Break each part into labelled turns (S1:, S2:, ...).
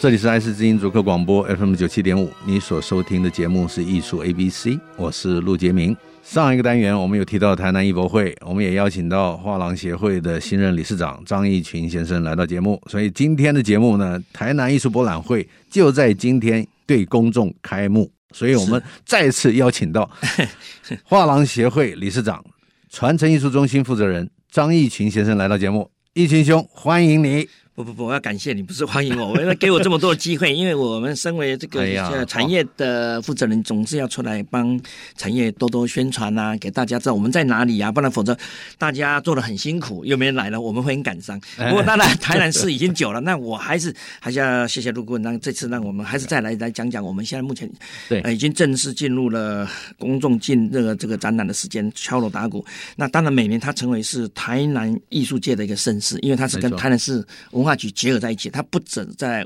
S1: 这里是爱思之音主客广播 FM 九七点五，你所收听的节目是艺术 ABC，我是陆杰明。上一个单元我们有提到台南艺博会，我们也邀请到画廊协会的新任理事长张义群先生来到节目，所以今天的节目呢，台南艺术博览会就在今天对公众开幕，所以我们再次邀请到画廊协会理事长、传承艺术中心负责人张义群先生来到节目，义群兄，欢迎你。
S2: 不不不，我要感谢你，不是欢迎我，我要给我这么多的机会， 因为我们身为这个
S1: 哎呀
S2: 呃产业的负责人，总是要出来帮产业多多宣传啊，给大家知道我们在哪里啊，不然否则大家做的很辛苦，又没人来了，我们会很 感伤。不过当然，台南市已经久了，那我还是还是要谢谢陆顾问，让这次让我们还是再来来讲讲我们现在目前
S1: 对
S2: 呃已经正式进入了公众进这个这个展览的时间，敲锣打鼓。那当然，每年它成为是台南艺术界的一个盛事，因为它是
S1: 没
S2: 跟
S1: 错
S2: 台南市文化局结合在一起，它不止在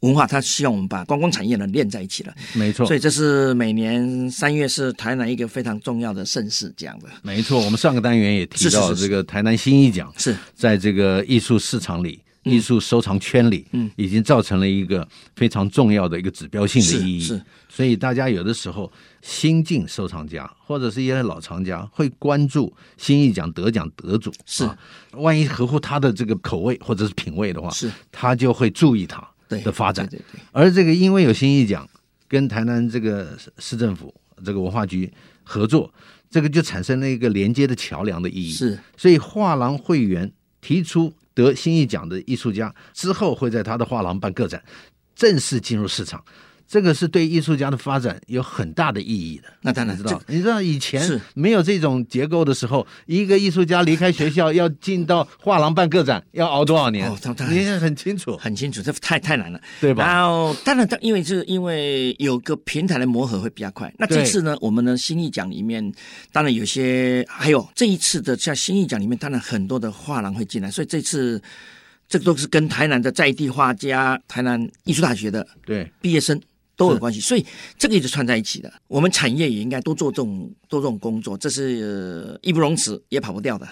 S2: 文化，它希望我们把观光产业呢连在一起了。
S1: 没错
S2: 所以这是每年三月是台南一个非常重要的盛事，这样的
S1: 没错，我们上个单元也提到
S2: 是是是是
S1: 这个台南新艺奖，
S2: 是
S1: 在这个艺术市场里、
S2: 嗯
S1: 艺术收藏圈里，嗯，已经造成了一个非常重要的一个指标性的意义。
S2: 是是
S1: 所以大家有的时候新晋收藏家或者是一些老藏家会关注新艺奖得奖得主，
S2: 是
S1: 啊万一合乎他的这个口味或者是品味的话，
S2: 是
S1: 他就会注意他
S2: 对
S1: 的发展。
S2: 对对对
S1: 而这个因为有新意奖，跟台南这个市市政府这个文化局合作，这个就产生了一个连接的桥梁的意义。，
S2: 是
S1: 所以画廊会员提出得新意奖的艺术家之后，会在他的画廊办个展，正式进入市场。这个是对艺术家的发展有很大的意义的。
S2: 那当然
S1: 你知道，你知道以前
S2: 嗯是
S1: 没有这种结构的时候，一个艺术家离开学校要进到画廊办个展，要熬多少年
S2: 哦他他？
S1: 你也很清楚，
S2: 很清楚，这太太难了。
S1: 对吧？
S2: 然后，当然，因为是因为有个平台的磨合会比较快。那这
S1: 对
S2: 次呢，我们的新意奖里面，当然有些还有这一次的像新意奖里面，当然很多的画廊会进来，所以这次这个都是跟台南的在地画家、台南艺术大学的
S1: 对，
S2: 毕业生都有关系，所以这个一直串在一起的。我们产业也应该多做这种多这种工作，这是呃义不容辞也跑不掉的。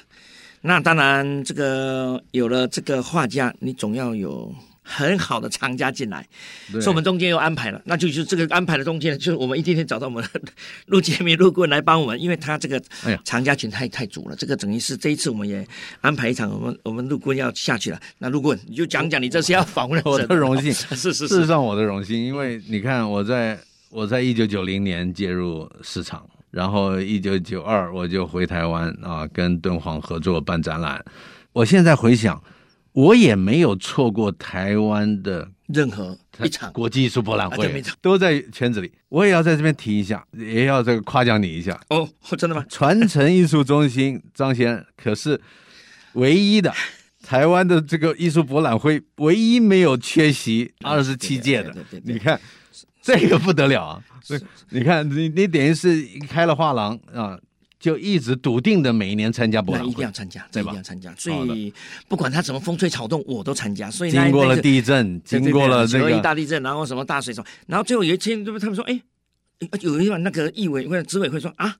S2: 那当然，这个有了这个画家，你总要有很好的藏家进来，
S1: 对
S2: 所以我们中间又安排了，那就就是这个安排的中间，就是我们一天天找到我们的陆杰明陆棍来帮我们，因为他这个
S1: 哎呀
S2: 藏家群太太足了，这个等于是这一次我们也安排一场，我们我们陆棍要下去了，那陆棍你就讲讲你这次要访问 的
S1: 我的
S2: 人
S1: 荣幸
S2: 是是
S1: 事
S2: 嗯是
S1: 实上我的荣幸，因为你看我在我在一九九零年介入市场，然后一九九二我就回台湾啊，跟敦煌合作办展览。我现在回想，我也没有错过台湾的
S2: 任何一场
S1: 国际艺术博览
S2: 啊对
S1: 会
S2: 没错，
S1: 都在圈子里。我也要在这边提一下，也要这个夸奖你一下，
S2: 哦，真的吗？
S1: 传承艺术中心张先可是唯一 的。台湾的这个艺术博览会唯一没有缺席二十七届的
S2: 对对对，对
S1: 你看这个不得了啊！对你看你你等于是开了画廊啊，就一直笃定的每一年参加博
S2: 那
S1: 览
S2: 一定
S1: 会
S2: 要。参加，
S1: 对
S2: 这一
S1: 吧
S2: 定要参加。所以不管他怎么风吹草动，我都参加。所以那
S1: 经过
S2: 那
S1: 了
S2: 个
S1: 地震，
S2: 对对
S1: 经过了
S2: 对
S1: 这
S2: 九二一
S1: 个，
S2: 大地震，然后什么大水什么，然后最后有一天，他们说，哎，有一晚那个议委会、执委会说啊。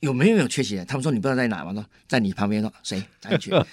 S2: 有没有缺席的？他们说你不知道在哪吗？说在你旁边说谁咱 去？啊，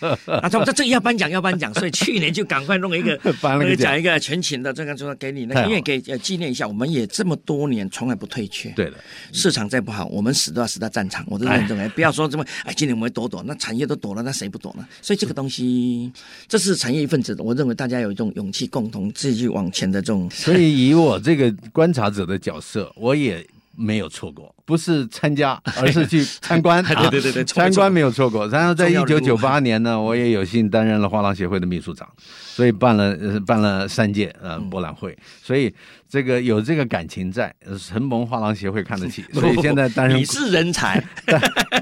S2: 他们说这个要颁奖要颁奖，所以去年就赶快 弄一个
S1: 颁了个
S2: 那
S1: 奖
S2: 讲一个全勤的，这个就说给你那
S1: 太好
S2: 个，因
S1: 了
S2: 为给呃纪念一下，我们也这么多年从来不退却。
S1: 对的，
S2: 市场再不好，我们死都要死到战场，我都认同。哎，不要说这么，哎，今年我们躲躲，那产业都躲了，那谁不躲呢？所以这个东西，这是产业一份子，我认为大家有一种勇气，共同自己 去往前的这种。。
S1: 所以以我这个观察者的角色，我也没有错过。不是参加，而是去参观
S2: 对对
S1: 啊
S2: 对对错没错
S1: 参观没有错过。然后在一
S2: 重要
S1: 九
S2: 人
S1: 九
S2: 物
S1: 八年呢，我也有幸担任了画廊协会的秘书长，所以办了、呃、办了三届呃
S2: 嗯
S1: 博览会，所以这个有这个感情在，呃承蒙画廊协会看得 起，所以现在担任
S2: 你是 人才，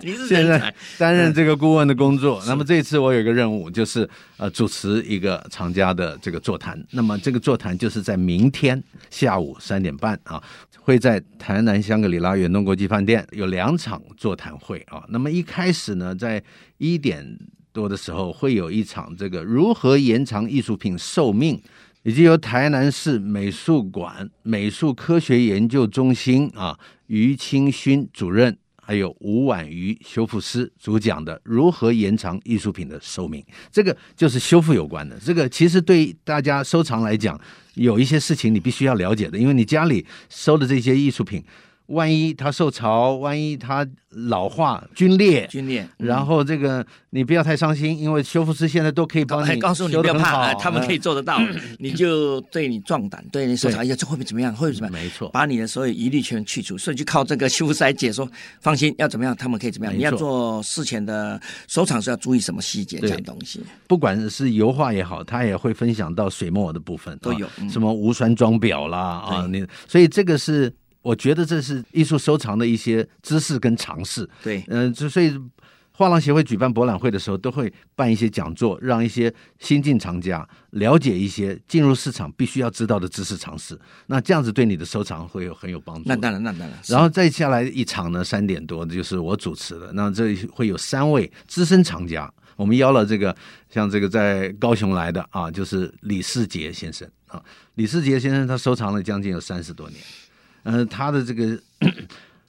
S2: 你是
S1: 现
S2: 人
S1: 在
S2: 才，嗯
S1: 担任这个顾问的工作。那么这次我有一个任务，就是呃主持一个藏家的这个座谈。那么这个座谈就是在明天下午三点半啊，会在台南香格里拉远东国际饭店有两场座谈会啊。那么一开始呢，在一点多的时候会有一场这个如何延长艺术品寿命。以及由台南市美术馆美术科学研究中心啊于清勋主任还有吴婉瑜修复师主讲的《如何延长艺术品的寿命》，这个就是修复有关的。这个其实对大家收藏来讲，有一些事情你必须要了解的，因为你家里收的这些艺术品，万一它受潮，万一它老化、皲裂。
S2: 军烈。
S1: 然后这个你不要太伤心，因为修复师现在都可以帮
S2: 还
S1: 你
S2: 哎告诉你
S1: 修
S2: 不
S1: 得
S2: 要
S1: 很
S2: 怕，
S1: 好嗯
S2: 哎他们可以做得 到，你就对你壮胆，对你说
S1: 对
S2: 哎呀，这会不会怎么样？会不会怎
S1: 嗯
S2: 么样？
S1: 没错，
S2: 把你的所有疑虑全去除，所以就靠这个修复师来解说。放心，要怎么样，他们可以怎么样。
S1: 没
S2: 你要
S1: 错
S2: 做事前的收藏是要注意什么细节，这
S1: 对
S2: 样东西
S1: 不管是油画也好，他也会分享到水墨的部分，
S2: 都有
S1: 啊
S2: 嗯
S1: 什么无酸装裱啦啊，你所以这个是我觉得这是艺术收藏的一些知识跟尝试，
S2: 对。
S1: 嗯、就所以画廊协会举办博览会的时候，都会办一些讲座，让一些新进藏家了解一些进入市场必须要知道的知识常识，那这样子对你的收藏会有很有帮助的。
S2: 那当然，那当然。
S1: 然后再下来一场呢，三点多就是我主持的。那这会有三位资深藏家，我们邀了这个像这个在高雄来的啊，就是李世杰先生啊。李世杰先生他收藏了将近有三十多年，呃，他的这个，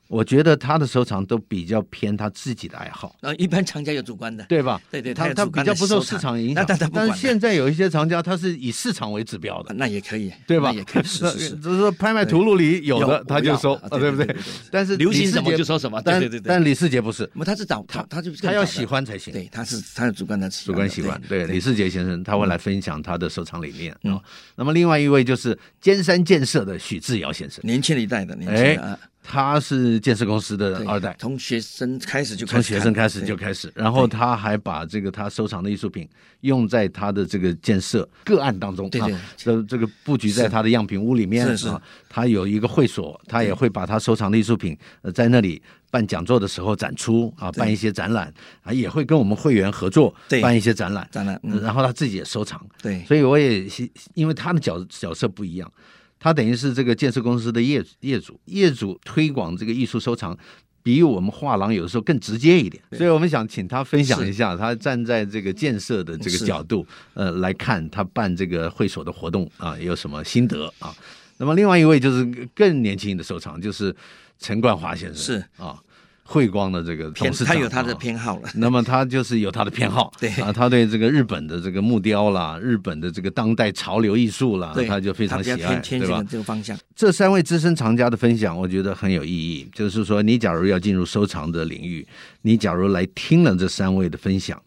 S1: 我觉得他的收藏都比较偏他自己的爱好，
S2: 然后一般厂家有主观的，
S1: 对吧？
S2: 对对他
S1: 他
S2: 有
S1: 他
S2: 主
S1: 比
S2: 观
S1: 较
S2: 的
S1: 不受
S2: 收
S1: 市
S2: 藏
S1: 场影
S2: 那
S1: 响
S2: 但他，不
S1: 但是
S2: 管的
S1: 现在有一些藏家他是以市场为指标的
S2: 啊。那也可以，
S1: 对吧
S2: 那也可以，是是是。
S1: 只是说拍卖图录里有的
S2: 有
S1: 他就收
S2: 我，要
S1: 啊对不
S2: 对
S1: 对
S2: 对对对？
S1: 但是
S2: 流行
S1: 李世
S2: 什么
S1: 杰
S2: 就收什么对
S1: 但
S2: 对对对
S1: 但李世杰不是，
S2: 那他是找他，他就是
S1: 他要喜，欢才行。
S2: 对，他是他有主观的喜
S1: 主
S2: 欢的
S1: 观喜欢，对李世杰先生他会来分享他的收藏理念
S2: 嗯
S1: 啊。那么另外一位就是尖山建设的许志尧先生，
S2: 年轻的一代的，年
S1: 哎
S2: 轻的啊，
S1: 他是建设公司的
S2: 对
S1: 二代，
S2: 从学生开始就
S1: 从
S2: 开始
S1: 学
S2: 看
S1: 生开始
S2: 对
S1: 就开始，然后他还把这个他收藏的艺术品用在他的这个建设个案当中，
S2: 对对
S1: 啊，这这个布局在他的样品屋里面
S2: 是是
S1: 啊，他有一个会所，他也会把他收藏的艺术品呃在那里办讲座的时候展出啊，
S2: 对
S1: 办一些展览啊，也会跟我们会员合作
S2: 对
S1: 办一些展览，
S2: 展览嗯
S1: 然后他自己也收藏，
S2: 对
S1: 所以我也是因为他的角角色不一样，他等于是这个建设公司的业业主，业主推广这个艺术收藏。比我们画廊有的时候更直接一点，所以我们想请他分享一下，他站在这个建设的这个
S2: 是
S1: 角度，呃，来看他办这个会所的活动啊，有什么心得啊？那么另外一位就是更年轻的收藏，就是陈冠华先生，
S2: 是
S1: 啊，汇光的这个
S2: 偏
S1: 董事长，
S2: 他有他的
S1: 啊
S2: 偏好了，
S1: 那么他就是有他的偏好，
S2: 对
S1: 啊，他对这个日本的这个木雕啦，日本的这个当代潮流艺术啦
S2: 对，，
S1: 啊他就非常
S2: 他比
S1: 喜
S2: 较
S1: 爱，
S2: 偏偏
S1: 对
S2: 这
S1: 吧
S2: 个？这个方向，
S1: 这三位资深藏家的分享，我觉得很有意义。就是说，你假如要进入收藏的领域，你假如来听了这三位的分享，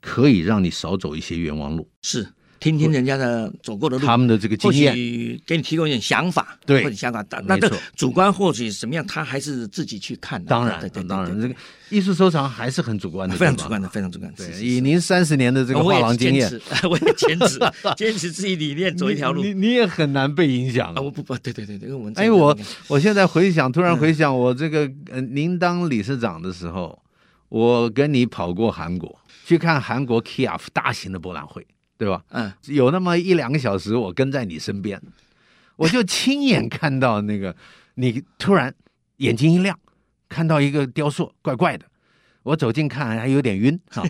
S1: 可以让你少走一些冤枉路，
S2: 是听听人家的走过的路，
S1: 他们的这个经
S2: 或
S1: 验，
S2: 许给你提供一点想法，
S1: 对
S2: 或者想法，但
S1: 没
S2: 那
S1: 错
S2: 这主观或许怎么样，他还是自己去看的。
S1: 当然
S2: 对对，对
S1: 当
S2: 对啊
S1: 然，这个艺术收藏还是很主观的，
S2: 非常
S1: 对吧
S2: 主观的，。非常主观。是
S1: 对，
S2: 是
S1: 以
S2: 是
S1: 您三十年的这个
S2: 我
S1: 画
S2: 也
S1: 廊
S2: 是
S1: 经
S2: 坚
S1: 验，
S2: 持， 我也坚 持，坚持自己理念走一条路
S1: 你你你也很难被影响
S2: 啊！我不不，对对对对，因为我们
S1: 哎，
S2: 这个
S1: 我
S2: 那个
S1: 我现在回想，突然回想我这个呃，您当理事长的时候，我跟你跑过韩国去看韩国 KIAF 大型的博览会，对吧？
S2: 嗯，
S1: 有那么一两个小时，我跟在你身边，我就亲眼看到那个你突然眼睛一亮，看到一个雕塑，怪怪的。我走近看还有点晕啊，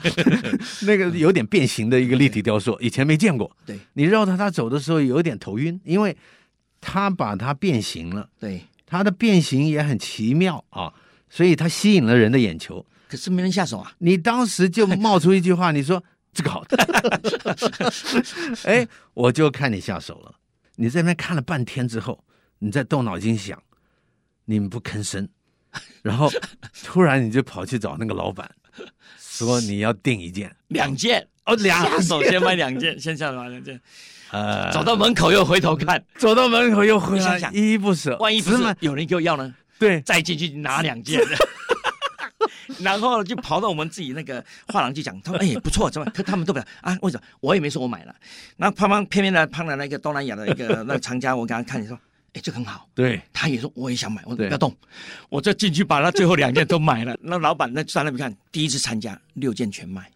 S1: 那个有点变形的一个立体雕塑，以前没见过。
S2: 对
S1: 你绕着它走的时候有点头晕，因为它把它变形了，
S2: 对，
S1: 它的变形也很奇妙啊，所以它吸引了人的眼球。
S2: 可是没人下手啊，
S1: 你当时就冒出一句话，你说这个好的， 哎，我就看你下手了。你在那边看了半天之后，你在动脑筋想，你们不吭声，然后突然你就跑去找那个老板，说你要订一件，
S2: 两件哦，两下手先买两件，先下手买两件，
S1: 呃，
S2: 走到门口又回头看，
S1: 走到门口又回
S2: 你
S1: 来
S2: 想，想
S1: 依依不舍，
S2: 万一不
S1: 只
S2: 是
S1: 买
S2: 有人给我要呢？
S1: 对，
S2: 再进去拿两 件。然后就跑到我们自己那个画廊去讲，他们哎、不错，怎么？可他们都不啊？为什么？我也没说我买了。然后胖胖偏偏的胖的那个东南亚的一个那个藏家，我给他看，你说，哎、这个很好。
S1: 对，
S2: 他也说我也想买，我说
S1: 对
S2: 不要动，我就进去把他最后两件都买了。那老板那在那边看，第一次参加六件 全卖，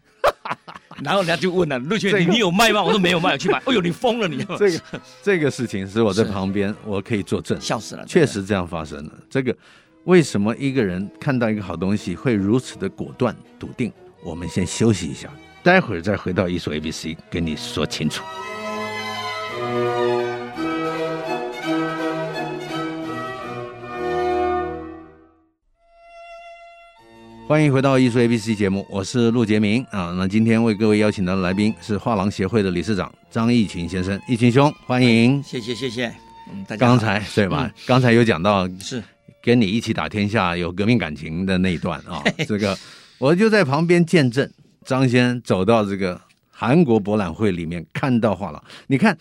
S2: 然后人家就问了陆
S1: 这
S2: 轩，
S1: 个
S2: 你你有卖吗？我说没有卖，我去买。哎呦，你疯 了你！
S1: 这个这个事情是我在
S2: 是
S1: 旁边，我可以作证，
S2: 笑死了，
S1: 确实这样发生了。这个为什么一个人看到一个好东西会如此的果断笃定？我们先休息一下，待会儿再回到艺术 A B C 跟你说清楚。欢迎回到艺术 ABC 节目，我是陆杰明啊。那今天为各位邀请到的来宾是画廊协会的理事长张义群先生，义群兄，欢迎。
S2: 谢谢谢谢，嗯，大家好
S1: 刚
S2: 嗯
S1: 才对吧？刚才有讲到
S2: 是
S1: 跟你一起打天下有革命感情的那一段啊， 这个我就在旁边见证张先走到这个韩国博览会里面，看到画廊，你看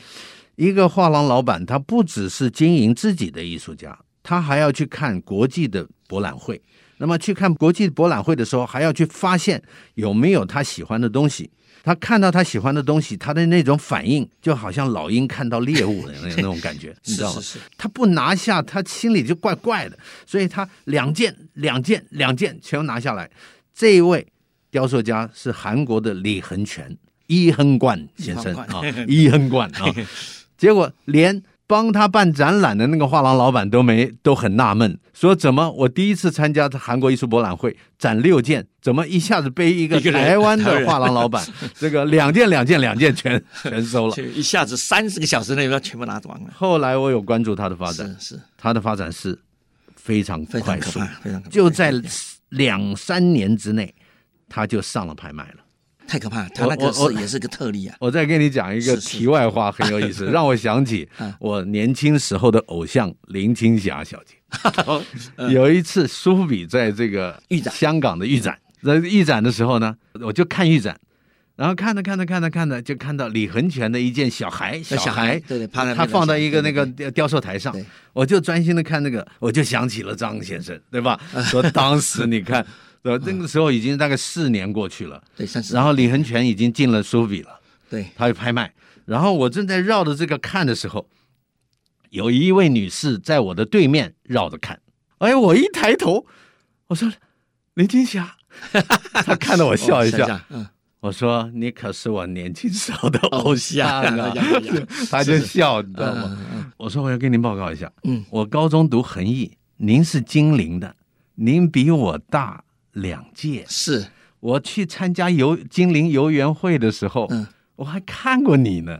S1: 一个画廊老板，他不只是经营自己的艺术家，他还要去看国际的博览会。那么去看国际博览会的时候，还要去发现有没有他喜欢的东西。他看到他喜欢的东西，他的那种反应，就好像老鹰看到猎物的那那种感觉，你知
S2: 是
S1: 道吗
S2: 是？是，
S1: 他不拿下，他心里就怪怪的，所以他两件、两件、两件全拿下来。这一位雕塑家是韩国的李恒权伊亨冠先生啊，伊亨冠 啊，结果连。帮他办展览的那个画廊老板都没都很纳闷，说怎么我第一次参加韩国艺术博览会展六件，怎么一下子被一个
S2: 一个人
S1: 台湾
S2: 台湾
S1: 的
S2: 人
S1: 画廊老 板这个两件两件两件全全收了？
S2: 就一下子三十个小时内要全部拿完了，
S1: 后来我有关注他的发展，
S2: 是是
S1: 它的发展是非常
S2: 非常
S1: 快
S2: 可
S1: 速
S2: 怕，，非常可怕，
S1: 就在两三年之内，它就上了拍卖了。
S2: 太可怕，他
S1: 我
S2: 那个
S1: 我我
S2: 是也是个特 例啊，
S1: 我再跟你讲一个
S2: 是是
S1: 题外话，很有意思， 让我想起
S2: 嗯
S1: 我年轻时候的偶像林青霞小姐。有一次，苏富比在这个
S2: 嗯预展
S1: 香港的预展，那预展的时候呢，我就看预展，然后看着看着看着看着，就看到李恒权的一件小孩，
S2: 那小孩
S1: 孩，
S2: 对对趴在那
S1: 他
S2: 边
S1: 放到
S2: 小孩
S1: 一个那
S2: 对对
S1: 个
S2: 对
S1: 雕雕塑台上
S2: 对，
S1: 我就专心的看那个，我就想起了张先生，对 吧？说当时你看，呃，那个时候已经大概四年过去了，
S2: 对，三十，
S1: 然后李恒权已经进了苏富比了，
S2: 对
S1: 他就拍卖，然后我正在绕着这个看的时候，有一位女士在我的对面绕着看，哎，我一抬头，我说林青霞， 她看到我笑一
S2: 哦
S1: 下，，
S2: 嗯，
S1: 我说你可是我年轻时候的偶像 啊
S2: 偶像偶像，
S1: 她就笑，你知道吗？
S2: 嗯
S1: 我说我要跟您报告一下，
S2: 嗯，
S1: 我高中读恒艺，您是金陵的，您比我大两届，
S2: 是
S1: 我去参加游金陵游园会的时候，
S2: 嗯
S1: 我还看过你呢。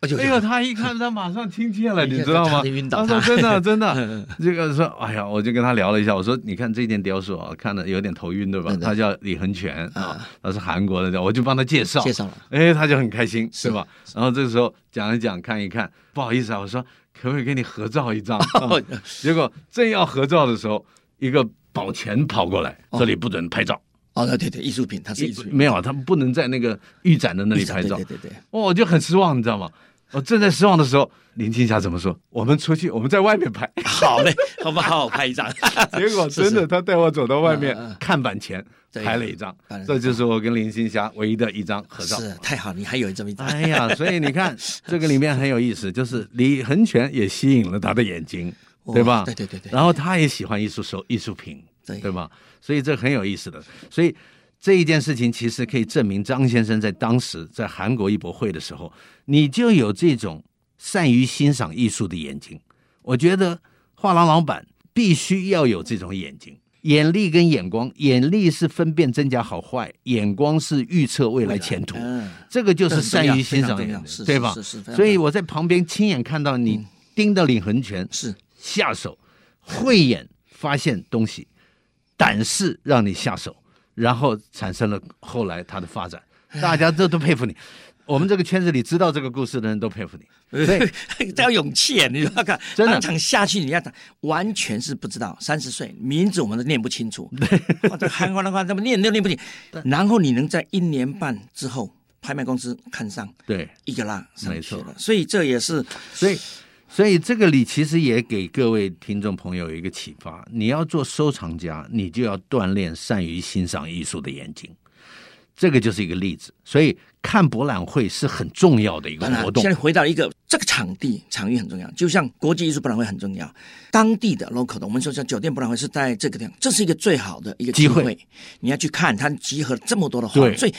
S2: 哎呦
S1: 哎呦，他一看他马上亲 切了，
S2: 一下
S1: 你知道
S2: 差
S1: 吗
S2: 点晕？倒
S1: 他说
S2: 他
S1: 真 的真
S2: 嗯
S1: 的，这个说哎呀，我就跟他聊了一下，我说你看这件雕塑啊，看了有点头晕对吧
S2: 对？的
S1: 他叫李恒权啊
S2: 啊，
S1: 他是韩国的，我就帮他介绍
S2: 介绍了，
S1: 哎，他就很开心，
S2: 是
S1: 是吧？然后这个时候讲一讲，看一看，不好意思啊，我说可不可以跟你合照一 张？啊
S2: 哦嗯
S1: 结果正要合照的时候，一个保全跑过来，
S2: 哦
S1: 这里不准拍照。
S2: 哦，对对对，艺术品，它是艺术品，
S1: 没有，他们不能在那个预展的那里拍照
S2: 对。对对对，
S1: 哦，我就很失望，你知道吗？我正在失望的时候，林青霞怎么说？我们出去，我们在外面 拍。
S2: 好嘞，我们好好拍一张，
S1: 结果真
S2: 是
S1: 的，他带我走到外面
S2: 嗯嗯嗯
S1: 看板前
S2: 对
S1: 拍了一张
S2: 拍了，一张
S1: 这就是我跟林青霞唯一的一张合照。
S2: 是太好，你还有这么一张，
S1: 哎呀，所以你 看这个里面很有意思，就是李恒权也吸引了他的眼睛，
S2: 哦
S1: 对吧？
S2: 对对对对
S1: 然后他也喜欢艺术手艺术品，
S2: 对
S1: 对吧？所以这很有意思的。所以这一件事情其实可以证明张先生在当时在韩国艺博会的时候，你就有这种善于欣赏艺术的眼睛。我觉得画廊老板必须要有这种眼睛。眼力跟眼光，眼力是分辨真假好坏，眼光是预测未来前途。
S2: 嗯，
S1: 这个就是善于欣
S2: 这很
S1: 赏
S2: 重
S1: 眼
S2: 要
S1: 睛
S2: 是是
S1: 对吧
S2: 是是非常？重要
S1: 所以我在旁边亲眼看到
S2: 嗯
S1: 你盯到李恒权
S2: 是
S1: 下手，慧眼发现东西，胆识让你下手，然后产生了后来他的发展，大家都都佩服你。我们这个圈子里知道这个故事的人都佩服你，
S2: 他要勇气耶，你说看，
S1: 真的
S2: 当场下去，你要打，完全是不知道，三十岁名字我们都念不 清楚，或者韩国的话怎么念都念不清，然后你能在一年半之后，拍卖公司看上
S1: 对，
S2: 一个拉上
S1: 没
S2: 去
S1: 错
S2: 了，所以这也是
S1: 所以所以这个里其实也给各位听众朋友一个启发：你要做收藏家，你就要锻炼善于欣赏艺术的眼睛。这个就是一个例子，所以看博览会是很重要的一个
S2: 当然
S1: 活动
S2: 现。在回到一个这个场地场域很重要，就像国际艺术博览会很重要，当地的 local 的，我们说叫酒店博览会是在这个地方，这是一个最好的一个
S1: 机
S2: 机
S1: 会
S2: 会，你要去看它集合这么多的画
S1: 对，
S2: 所以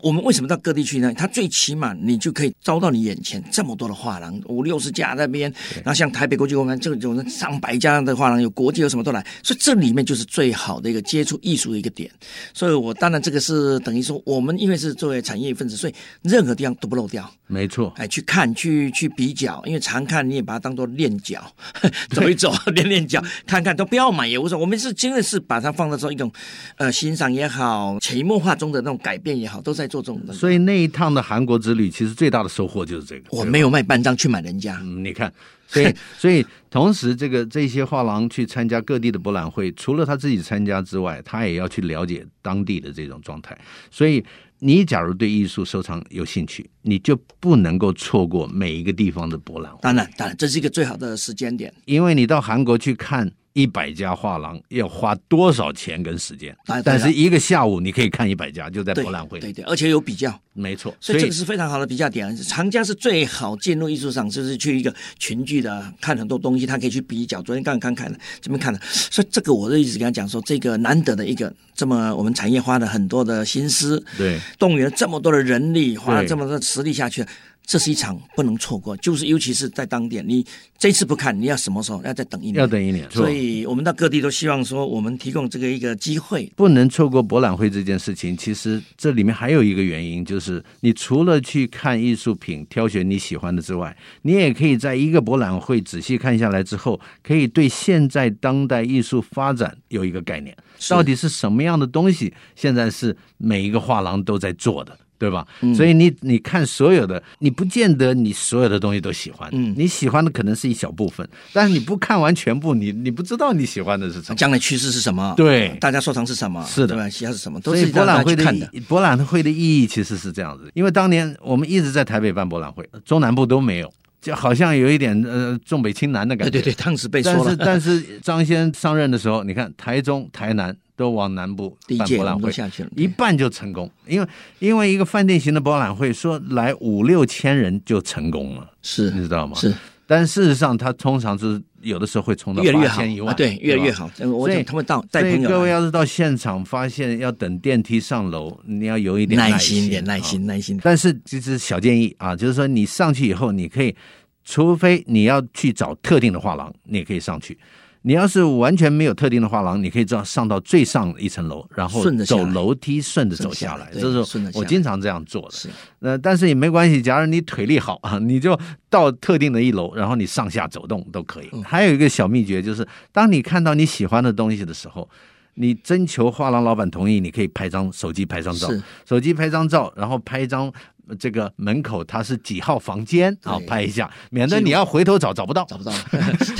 S2: 我们为什么到各地去呢？它最起码你就可以招到你眼前这么多的画廊，五六十家那边，然后像台北国际公园这个有上百家的画廊，有国际有什么都来，所以这里面就是最好的一个接触艺术的一个点。所以我当然这个是等于说我们因为是作为产业一份子，所以任何地方都不漏掉。
S1: 没错，
S2: 哎，去看去去比较，因为常看你也把它当做练脚， 走一走 练练脚，看看都不要买也无所谓。我们是真的是把它放到做一种，呃，欣赏也好，潜移默化中的那种改变也好，都在做这种东西。
S1: 所以那一趟的韩国之旅，其实最大的收获就是这个。
S2: 我
S1: 对吧
S2: 没有卖半张去买人家，
S1: 嗯，你看，所以所以同时，这个这些画廊去参加各地的博览会，除了他自己参加之外，他也要去了解当地的这种状态。所以，你假如对艺术收藏有兴趣，你就不能够错过每一个地方的博览会，
S2: 当然当然，这是一个最好的时间点。
S1: 因为你到韩国去看。一百家画廊要花多少钱跟时间
S2: 啊对？啊
S1: 但是一个下午你可以看一百家，就在
S2: 对
S1: 博览会
S2: 对
S1: 里，
S2: 对，而且有比较，
S1: 没错。
S2: 所以这个是非常好的比较点。藏家是最好进入艺术场，就是去一个群聚的看很多东西，他可以去比较。昨天刚刚看了，这边看了，所以这个我就一直跟他讲说，这个难得的一个这么我们产业花了很多的心思，
S1: 对
S2: 动员了这么多的人力，花了
S1: 对
S2: 这么多的实力下去。这是一场不能错过，就是尤其是在当地，你这次不看，你要什么时候？要再等一年。
S1: 要等一年，
S2: 所以我们到各地都希望说，我们提供这个一个机会，
S1: 不能错过博览会这件事情，其实这里面还有一个原因，就是你除了去看艺术品、挑选你喜欢的之外，你也可以在一个博览会仔细看下来之后，可以对现在当代艺术发展有一个概念，
S2: 是
S1: 到底是什么样的东西，现在是每一个画廊都在做的。对吧？
S2: 嗯
S1: 所以你你看所有的，你不见得你所有的东西都喜欢，
S2: 嗯
S1: 你喜欢的可能是一小部分，但是你不看完全部，你你不知道你喜欢的是什么。
S2: 将来趋势是什么？
S1: 对
S2: 大家收藏是什么？
S1: 是的
S2: 对吧？喜好是什么？都
S1: 所
S2: 是
S1: 以博览会
S2: 让大家去看
S1: 的
S2: 的。
S1: 意博览会的意义其实是这样子，因为当年我们一直在台北办博览会，中南部都没有，就好像有一点呃重北轻南的感
S2: 对
S1: 觉。
S2: 对对，当时被说
S1: 但是
S2: 了。
S1: 但是张先上任的时候，你看台中、台南都往南部
S2: 第一
S1: 办
S2: 届
S1: 博
S2: 我
S1: 览
S2: 们都
S1: 会，
S2: 下去了，
S1: 一半就成功，因为因为一个饭店型的博览会说来五六千人就成功了，
S2: 是
S1: 你知道吗？
S2: 是
S1: 但事实上，它通常是有的时候会冲到
S2: 越来越
S1: 八
S2: 好
S1: 千一万，
S2: 啊对，越来
S1: 吧
S2: 越好。呃我
S1: 所以
S2: 想他们到带
S1: 所以
S2: 朋
S1: 各
S2: 友
S1: 位
S2: 来
S1: 要是到现场发现要等电梯上楼，你要有一点
S2: 耐
S1: 心，
S2: 心一点，耐心，
S1: 啊。
S2: 耐心。
S1: 但是这是小建议啊，就是说你上去以后，你可以，除非你要去找特定的画廊，你也可以上去。你要是完全没有特定的画廊，你可以这样上到最上一层楼，然后
S2: 顺着下
S1: 走
S2: 来
S1: 楼梯顺着
S2: 顺
S1: 走
S2: 着下
S1: 下
S2: 来
S1: 来。
S2: 对
S1: 这
S2: 顺
S1: 是
S2: 着下
S1: 我
S2: 来
S1: 经常这样做的。
S2: 是
S1: 那呃但是也没关系，假如你腿力好啊，你就到特定的一楼，然后你上下走动都可以。
S2: 嗯
S1: 还有一个小秘诀就是，当你看到你喜欢的东西的时候，你征求画廊老板同意，你可以拍张手机拍张照
S2: 是，
S1: 手机拍张照，然后拍一张。呃这个门口它是几号房间啊？
S2: 对
S1: 拍一下，免得你要回头找找不到。。
S2: 找不 到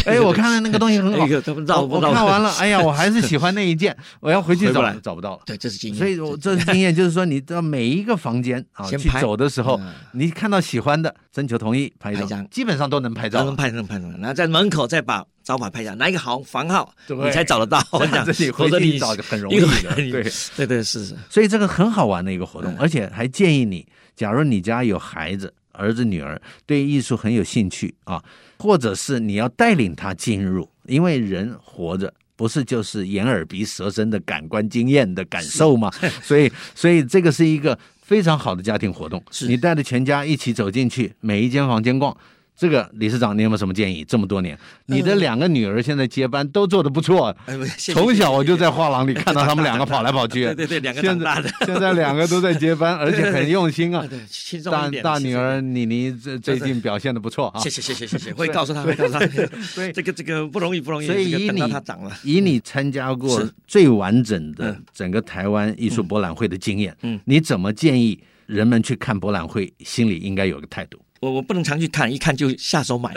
S1: 哎，我看了那个东西很好
S2: 那，个他们
S1: 我
S2: 绕不
S1: 我
S2: 绕
S1: 看完 了，哎呀，我还是喜欢那一件，我要回去
S2: 回不
S1: 找
S2: 来
S1: 找不到了。
S2: 对，这是经验。
S1: 所以我这是经验，就是说你到每一个房间啊
S2: 先
S1: 去
S2: 拍
S1: 走的时候
S2: 嗯，
S1: 你看到喜欢的征求同意拍一
S2: 拍
S1: 张，
S2: 张
S1: 基本上都能拍
S2: 咱
S1: 照
S2: 们。拍，能拍，能拍然后在门口再把招牌拍下，哪一个行房号，
S1: 对
S2: 你才找得到。我 讲
S1: 这，里
S2: 否
S1: 回
S2: 则
S1: 去
S2: 你
S1: 找就很容易
S2: 一会
S1: 的
S2: 儿，你
S1: 对。
S2: 对对是是，
S1: 所以这个很好玩的一个活动
S2: 嗯，
S1: 而且还建议你，假如你家有孩子、儿子、女儿对艺术很有兴趣啊，或者是你要带领他进入，因为人活着。不是就是眼耳鼻舌身的感官经验的感受嘛？ 所以，所以这个是一个非常好的家庭活动。
S2: 是
S1: 你带着全家一起走进去，每一间房间逛。这个理事长，你有没有什么建议？这么多年，你的两个女儿现在接班都做得不错，
S2: 哎不呃谢谢
S1: 从小我就在画廊里看到他们两个跑来跑去。
S2: 对对对，两个
S1: 现
S2: 长
S1: 在
S2: 大的，
S1: 现在两个都在接 班，而且很用心啊
S2: 对。对，轻松
S1: 大
S2: 一点。
S1: 大
S2: 轻
S1: 女
S2: 松一点
S1: 儿妮妮最最近表现的不错啊
S2: 啊谢。谢谢谢谢 谢，会告诉他，会告诉他，
S1: 对
S2: 这个这个不容易不容易，
S1: 所以
S2: 这个
S1: 以
S2: 等
S1: 你
S2: 到他长了，嗯
S1: 以你参加过
S2: 是
S1: 最完整的
S2: 嗯
S1: 整个台湾艺术博览会的经验，
S2: 嗯
S1: 你怎么建议人们去看博览会，心里应该有个态度？
S2: 我我不能常去看，一看就下 手买。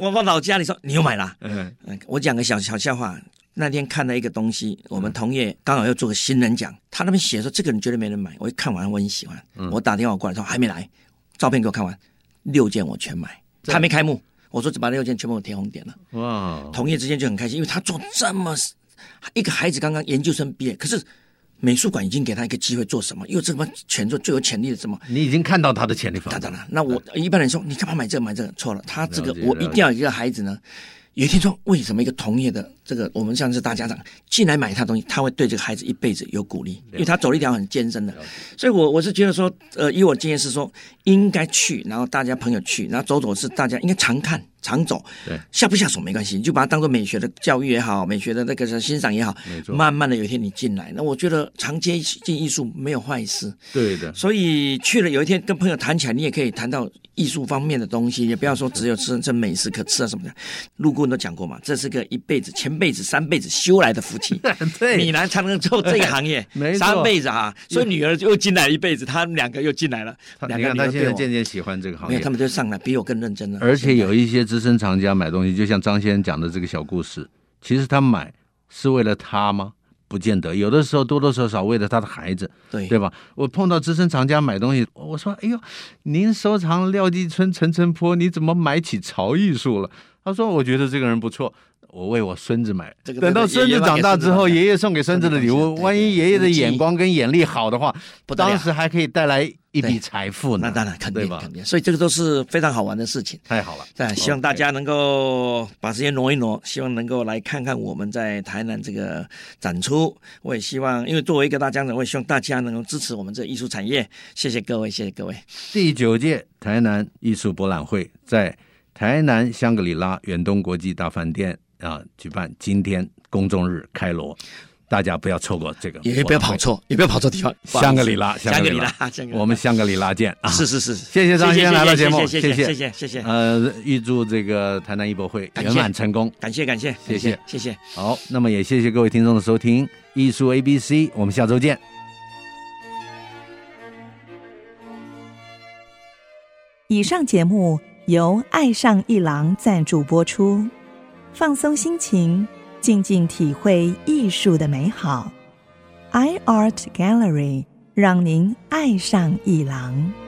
S2: 我我老家里说你又买了，
S1: 嗯，
S2: 嗯，我讲个小小笑话。那天看了一个东西，我们同业刚好要做个新人奖，他那边写说这个人绝对没人买，我一看完我很喜
S1: 嗯
S2: 欢，我打电话过来说还没来，照片给我看完，六件我全买，还没开幕，我说只把六件全部贴红点了。
S1: 哇，哦
S2: 同业之间就很开心，因为他做这么一个孩子刚刚研究生毕业，可是美术馆已经给他一个机会做什么，又这么全做最有潜力的什么。
S1: 你已经看到他的潜力发
S2: 当然
S1: 展了。
S2: 了，那我一般人说你干嘛买这个买这个？错了，他这个
S1: 了解
S2: 我一定要有一个孩子呢。有一天说，为什么一个同业的这个我们像是大家长进来买他东西，他会对这个孩子一辈子有鼓励，因为他走了一条很艰深的。所以我，我是觉得说，呃，以我经验是说，应该去，然后大家朋友去，然后走走是大家应该常看常走，
S1: 对，
S2: 下不下手没关系，你就把它当做美学的教育也好，美学的那个是欣赏也好
S1: 没，错
S2: 慢慢的有一天你进来，那我觉得常接近艺术没有坏事。
S1: 对的，
S2: 所以去了有一天跟朋友谈起来，你也可以谈到艺术方面的东西，也不要说只有吃这美食可吃啊什么的。陆顾问都讲过嘛，这是个一辈子、前辈子、三辈子修来的福气。
S1: 对，
S2: 米兰才能做这个行业
S1: 没错
S2: 三辈子啊，所以女儿又进来一辈子，他们两个又进来了，
S1: 他
S2: 两
S1: 你
S2: 个
S1: 看他
S2: 女儿
S1: 现
S2: 对
S1: 在
S2: 我
S1: 渐渐喜欢这个行
S2: 没有，
S1: 业
S2: 他，们就上来比我更认真了，
S1: 而且有一些资深藏家买东西，就像张先生讲的这个小故事，其实他买是为了他吗？不见得，有的时候多多少少为了他的孩子，
S2: 对
S1: 对吧？我碰到资深藏家买东西，我说：“哎呦，您收藏廖继春、陈澄波，你怎么买起潮艺术了？”他说：“我觉得这个人不错，我为我孙子买。
S2: 这个
S1: 等到孙子长大之后，
S2: 爷爷
S1: 爷爷送给孙子的礼物，
S2: 对对
S1: 万一爷爷的眼光跟眼力好的话，
S2: 不得了
S1: 当时还可以带来一笔
S2: 对
S1: 财富呢。
S2: 那当然肯
S1: 对
S2: 定
S1: 吧
S2: 肯？定，所以这个都是非常好玩的事情。
S1: 太好了，
S2: 对，希望大家能够把时间挪一挪，希望能够来看看我们在台南这个展出。我也希望，因为作为一个大家长，我也希望大家能够支持我们这个艺术产业。谢谢各位，谢谢各位。
S1: 第九届台南艺术博览会在台南香格里拉远东国际大饭店啊举办，今天公众日开锣，大家不要错过这个，
S2: 也不要跑。错，也不要跑错地方。不好意思
S1: 香格里拉
S2: 香
S1: 香
S2: 格里
S1: 格里
S2: 拉，香格里拉
S1: 我们香格里拉见啊！
S2: 是是是，
S1: 谢谢张先生来到节目，
S2: 谢
S1: 谢
S2: 谢谢谢谢谢，
S1: 呃，预祝这个台南艺博会
S2: 感谢
S1: 圆满成功。
S2: 感谢感谢
S1: 谢谢
S2: 谢谢。
S1: 好，那么也谢谢各位听众的收听，艺术 A B C，我们下周见。
S3: 以上节目由爱上一郎赞助播出，放松心情，静静体会艺术的美好。iArt Gallery 让您爱上一郎。